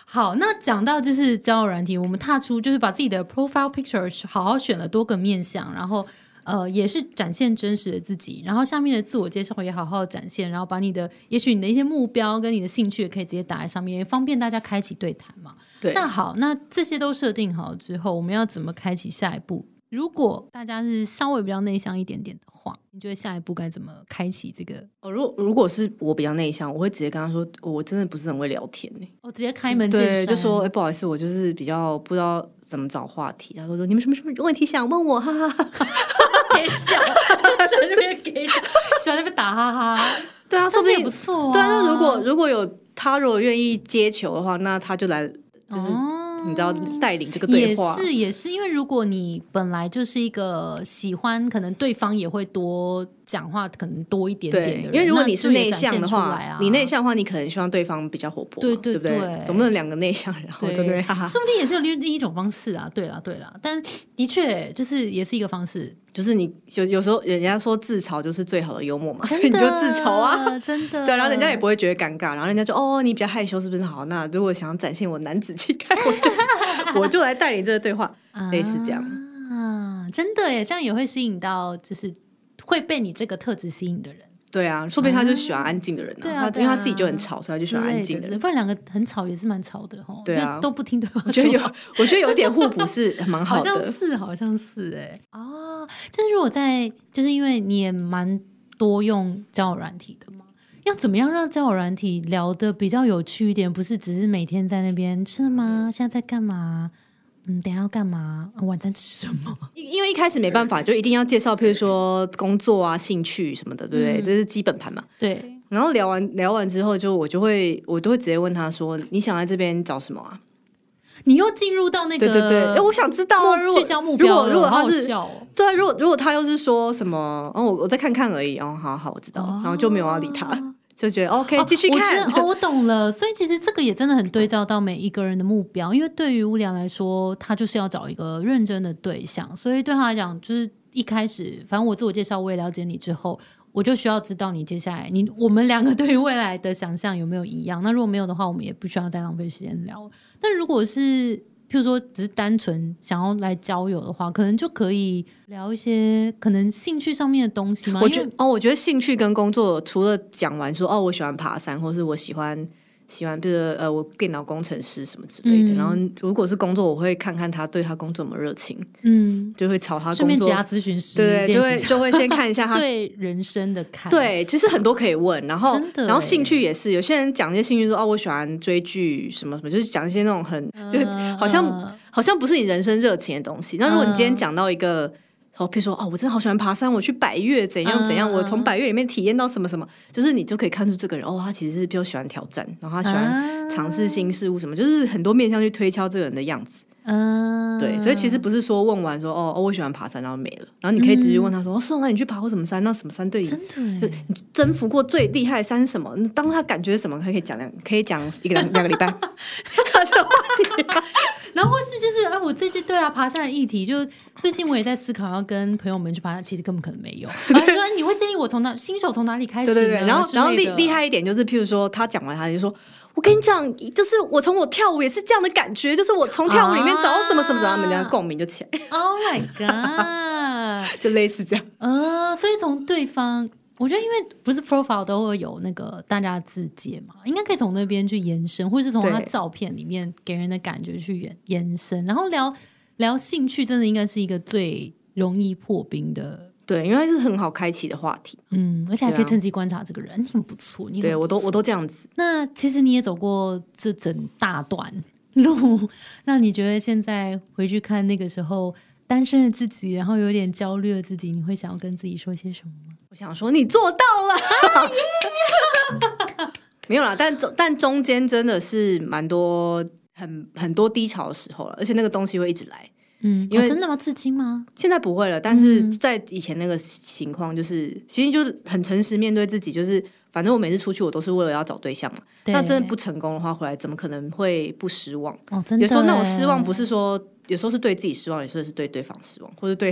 好，那讲到就是交友软体，我们踏出就是把自己的 profile picture 好好选了多个面相，然后呃也是展现真实的自己，然后下面的自我介绍也好好展现，然后把你的也许你的一些目标跟你的兴趣也可以直接打在上面，也方便大家开启对谈嘛。对，那好，那这些都设定好之后，我们要怎么开启下一步？如果大家是稍微比较内向一点点的话，你觉得下一步该怎么开启这个？哦，如果如果是我比较内向，我会直接跟他说，我真的不是很会聊天呢、哦，直接开门见对，山，就说哎、不好意思，我就是比较不知道怎么找话题。他说说你们什么什么问题想问我，哈哈哈。给笑，在那边给笑，喜欢在那边打哈哈，对啊，那说不这也定不错、啊。对啊，那如果如果有他如果愿意接球的话，那他就来，就是、哦你知道带领这个对也话。是也是，因为如果你本来就是一个喜欢，可能对方也会多讲话，可能多一点点的对人，，因为如果你那是就也内展向现的出话，来啊、你内。向的话，你可能希望对方比较活泼嘛，对对对不对总不能两个内向，然后对，在那边哈哈，说不定也是有另另一种方式啊。对啦，对啦，但的确就是也是一个方式，就是你就有时候人家说自嘲就是最好的 幽默嘛，所以真你的就自嘲啊。，真的。对，然后人家也不会觉得尴尬，然后人家就哦，你比较害羞是不是？好，那如果想要展现我男子气概，我就 我就来带领这个对 话。类似这样啊，真的耶，这样也会吸引到就是会被你这个特质吸引的人，对啊，说不定他就喜欢安静的人对啊他对因为啊他自己就很吵，所以他就喜之欢类安的静的人。不然两个很吵也是蛮吵的吼，对啊因为都不听对方我觉得 有说话，，我觉得有点互补是蛮好好的像。是，好像是哎，哦，就是如果在，就是因为你也蛮多用交友软体的嘛。要怎么样让交友软体聊的比较有趣一点？不是只是每天在那边吃了吗？现在在干嘛？嗯，等一下要干嘛？呃晚餐吃什么？因因为一开始没办法，就一定要介绍，譬如说工作啊、兴趣什么的，对不对？嗯这是基本盘嘛。对，然后聊完聊完之后，就我就会我都会直接问他说：“你想来这边找什么啊你又进入到那？”个对对对，哎，我想知道啊。如目果聚焦目标了，如果如果好他好是笑哦对啊，如果如果他又是说什么，哦，我我再看看而已，哦，好好，我知道了，然后就没有要理他，就觉得 OK，哦 继续我觉看。得哦，我懂了。所以其实这个也真的很对照到每一个人的目标，因为对于无聊来说，他就是要找一个认真的对象，所以对他来讲，就是一开始，反正我自我介绍，我也了解你之后。我就需要知道你接下来你我们两个对于未来的想象有没有一样？ 那如果没有的话，我们也不需要再浪费时间聊。但如果是譬如说只是单纯想要来交友的话，可能就可以聊一些可能兴趣上面的东西嘛。我因为觉哦，我觉得兴趣跟工作除了讲完说哦，我喜欢爬山，或是我喜欢喜欢，比如呃，我电脑工程师什么之类的。嗯然后如果是工作，我会看看他对他工作有没有热情，嗯，就会朝他顺工便作职涯咨询师对对，练就习会一下就会先看一下 他。对人生的看，啊对，其实很多可以问，然后真的然后欸兴趣也是，有些人讲一些兴趣说哦，我喜欢追剧什么什么，就是讲一些那种很 呃，就是好像呃好像不是你人生热情的东西。那如果你今天嗯讲到一个，哦，譬如说，哦，我真的好喜欢爬山，我去百越怎样怎样，嗯我从百越里面体验到什么什么，就是你就可以看出这个人，哦，他其实是比较喜欢挑战，然后他喜欢啊尝试新事物，什么，就是很多面向去推敲这个人的样子。嗯，对，所以其实不是说问完说，哦，哦我喜欢爬山，然后没了，然后你可以直接问他说，哦，是哦，那你去爬过什么山？那什么山对你嗯真的耶征服过最厉害的山是什么？当他感觉是什么，可以讲两，可以讲一个两两个礼拜。然后或是就是哎，我最近对啊，爬山的议题，就最近我也在思考要跟朋友们去爬山，其实根本可能没 有。然后说哎你会建议我从哪新手从哪里开始对呢？对对，然后之类然后厉的厉。害一点就是，譬如说他讲完，他就说：“我跟你讲，就是我从我跳舞也是这样的感觉，就是我从跳舞里面找到什么什么什么，啊他们家共鸣就起来， Oh my god！就类似这样。呃，所以从对方，我觉得因为不是 profile 都会有那个大家的字节嘛，应该可以从那边去延伸，或是从他对照片里面给人的感觉去延延伸，然后聊聊兴趣，真的应该是一个最容易破冰的。对，因为是很好开启的话题。嗯，而且还可以对啊趁机观察这个人，你很不错。你很对我都我都这样子。那其实你也走过这整大段路，那你觉得现在回去看那个时候单身的自己，然后有点焦虑的自己，你会想要跟自己说些什么吗？我想说，你做到了， 没有啦。但中但中间真的是蛮多很很多低潮的时候了，而且那个东西会一直来。嗯，因为哦真的吗？至今吗？现在不会了，但是嗯在以前那个情况，就是其实就是很诚实面对自己，就是反正我每次出去我都是为了要找对象嘛。对那真的不成功的话，回来怎么可能会不失望？哦，真的有时候那种失望不是是说，有时候是对自己失望，有时候是对对方失望，或者对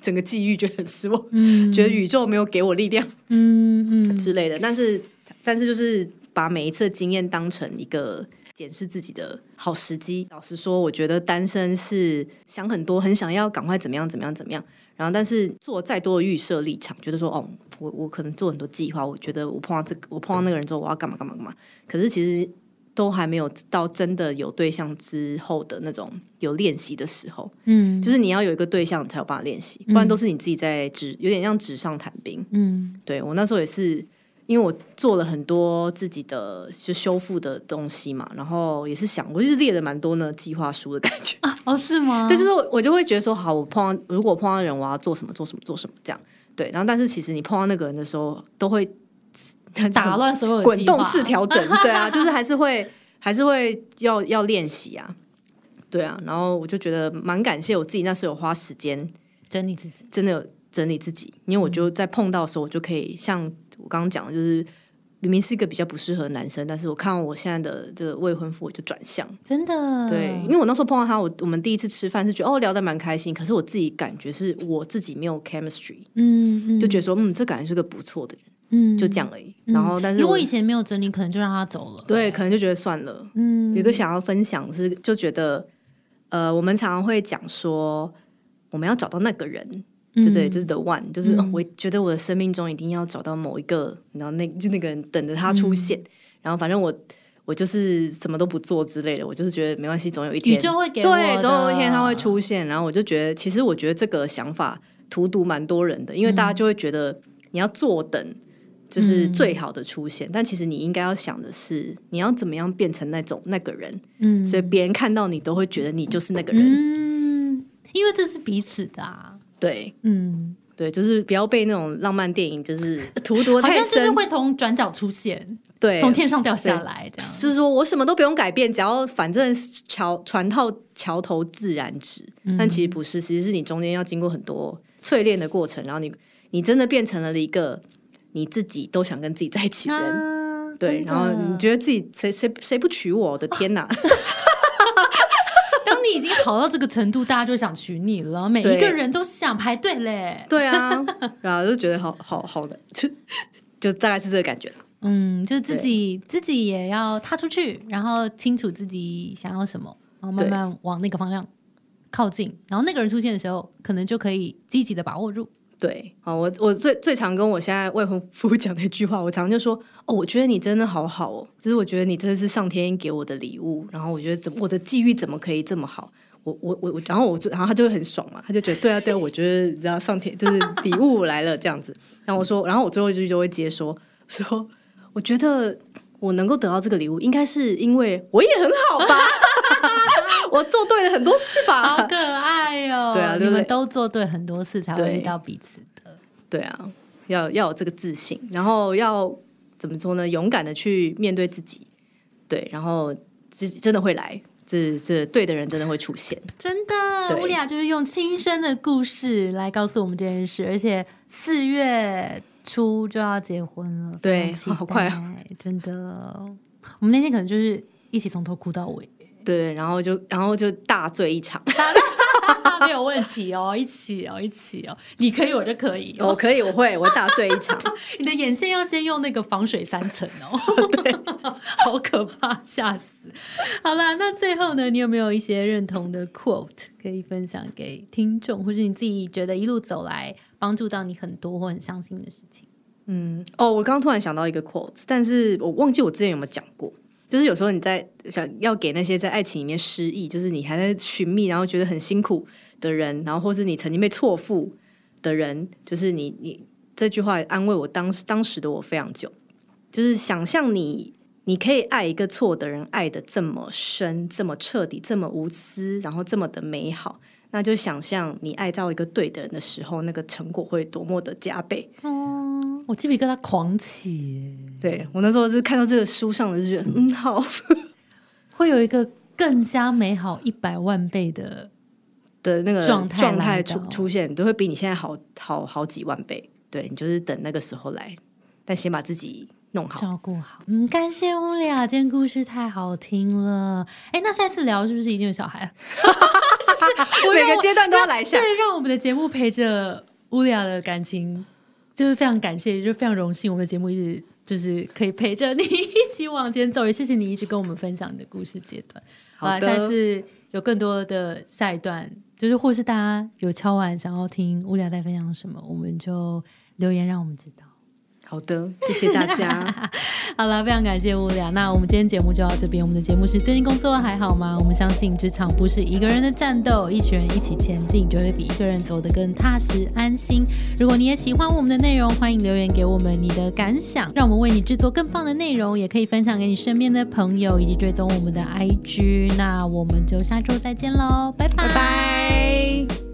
整个际遇觉得很失望，嗯觉得宇宙没有给我力量嗯嗯之类的。但是，但是就是把每一次的经验当成一个检视自己的好时机。老实说，我觉得单身是想很多，很想要赶快怎么样怎么样怎么样。然后，但是做再多的预设立场，觉得说哦，我我可能做很多计划，我觉得我碰到这个，我碰到那个人之后，我要干嘛干嘛干嘛。可是其实都还没有到真的有对象之后的那种有练习的时候，嗯就是你要有一个对象才有办法练习，不然都是你自己在纸，有点像纸上谈兵。嗯对我那时候也是，因为我做了很多自己的就修复的东西嘛，然后也是想，我就是列了蛮多呢计划书的感觉。哦是吗？对，就是我我就会觉得说，好，我碰到如果碰到人，我要做什么，做什么，做什么这样。对，然后但是其实你碰到那个人的时候，都会打乱所有的滚计动划式调整，对 啊，就是还是会还是会要要练习啊。对啊，然后我就觉得蛮感谢我自己那时候有花时间整理自己。真的有整理自己，因为我就在碰到的时候，我就可以像我刚刚讲的，就是明明是一个比较不适合的男生，但是我看到我现在的这个未婚夫，我就转向。真的，对，因为我那时候碰到他，我我们第一次吃饭是觉得哦聊得蛮开心，可是我自己感觉是我自己没有 chemistry，嗯，嗯就觉得说嗯这感觉是个不错的人，嗯就这样而已。然后但是如我果以前没有整理，可能就让他走了。对，可能就觉得算了，嗯，有一个想要分享是，就觉得，呃，我们常常会讲说，我们要找到那个人，对嗯不对？就是 the one，就是、哦我觉得我的生命中一定要找到某一个，然后那就那个人等着他嗯出现，然后反正我我就是什么都不做之类的，我就是觉得没关系，总有一宇天，宙会给我对，的总有一天他会出现。然后我就觉得，其实我觉得这个想法荼毒蛮多人的，因为嗯大家就会觉得你要坐等。就是最好的出现，但其实你应该要想的是，你要怎么样变成那种那个人，嗯所以别人看到你都会觉得你就是那个人。嗯，因为这是彼此的啊，对嗯，对，就是不要被那种浪漫电影就是 荼毒得好太像就是深。会从转角出现，对，从天上掉下来这样。是说我什么都不用改变，只要反正桥船到桥头自然直。但其实不是，其实是你中间要经过很多淬炼的过程，然后你你真的变成了一个你自己都想跟自己在一起的人。啊对，真的然后你觉得自己谁谁谁不娶我？我的天 哪！当你已经好到这个程度，大家就想娶你了，每对一个人都想排队嘞。对啊，然后就觉得好好好的，就就大概是这个感觉。嗯，就是自己自己也要踏出去，然后清楚自己想要什么，然后慢对慢往那个方向靠近。然后那个人出现的时候，可能就可以积极的把握住。 对，好，我我最最常跟我现在未婚夫 讲的一句话，我常就说，哦，我觉得你真的好好哦，就是我觉得你真的是上天给我的礼物，然后我觉得怎么我的际遇怎么可以这么好，我我我我，然后我就然后他就会很爽嘛，他就觉得对啊对啊，我觉得你知道上天就是礼物来了这样子，然后我说，然后我最后一句就会接说说，我觉得我能够得到这个礼物，应该是因为我也很好吧， 我做对了很多事吧，好可爱哦！对啊你对不们对都做对很多事才会对遇到彼此的。对啊，要要有这个自信，然后要怎么说呢？勇敢的去面对自己，对，然后这真的会来，这这对的人真的会出现，真的，对乌利亚就是用亲身的故事来告诉我们这件事，而且四月初就要结婚了，对非常期待好快啊！真的，我们那天可能就是一起从头哭到 尾，对，然后就然后就大醉一场。 没有问题哦，一起哦，一起哦，你可以，我就可以我、哦。可以，我会，我大醉一场。你的眼线要先用那个防水三层哦， 好可怕，吓死！好啦，那最后呢，你有没有一些认同的 quote 可以分享给听众，或是你自己觉得一路走来帮助到你很多或很相信的事情？嗯，哦，我刚刚突然想到一个 quote，但是我忘记我之前有没有讲过。就是有时候你在想要给那些在爱情里面失意，就是你还在寻觅，然后觉得很辛苦的人，然后或是你曾经被错付的人，就是你你这句话安慰我当时当时的我非常久。就是想象你，你可以爱一个错的人，爱的这么深、这么彻底、这么无私，然后这么的美好，那就想象你爱到一个对的人的时候，那个成果会多么的加倍。嗯，我鸡皮疙瘩狂起耶，对我那时候是看到这个书上的，就觉得嗯好，会有一个更加美好一百万倍的的那个状状态来哦态到出出现，都会比你现在好好好几万倍。对你就是等那个时候来，但先把自己弄好。照顾好。嗯，感谢乌利亚，今天故事太好听了。哎，那下次聊是不是一定有小孩？ 就是我 每让个我阶段都要来一下对，让我们的节目陪着乌利亚的感情，就是非常感谢，就是非常荣幸，我们的节目一直就是可以陪着你一起往前走。也谢谢你一直跟我们分享你的故事阶段。好啦，好的下次有更多的下一段，就是或是大家有敲完想要听乌利亚在分享什么，我们就留言让我们知道。好的，谢谢大家。 好了，非常感谢无聊。那我们今天节目就到这边。我们的节目是最近工作还好吗？我们相信职场不是一个人的战斗，一群人一起前进，就会比一个人走得更踏实安心。如果你也喜欢我们的内容，欢迎留言给我们你的感想，让我们为你制作更棒的内容，也可以分享给你身边的朋友，以及追踪我们的 IG。那我们就下周再见喽，拜拜拜。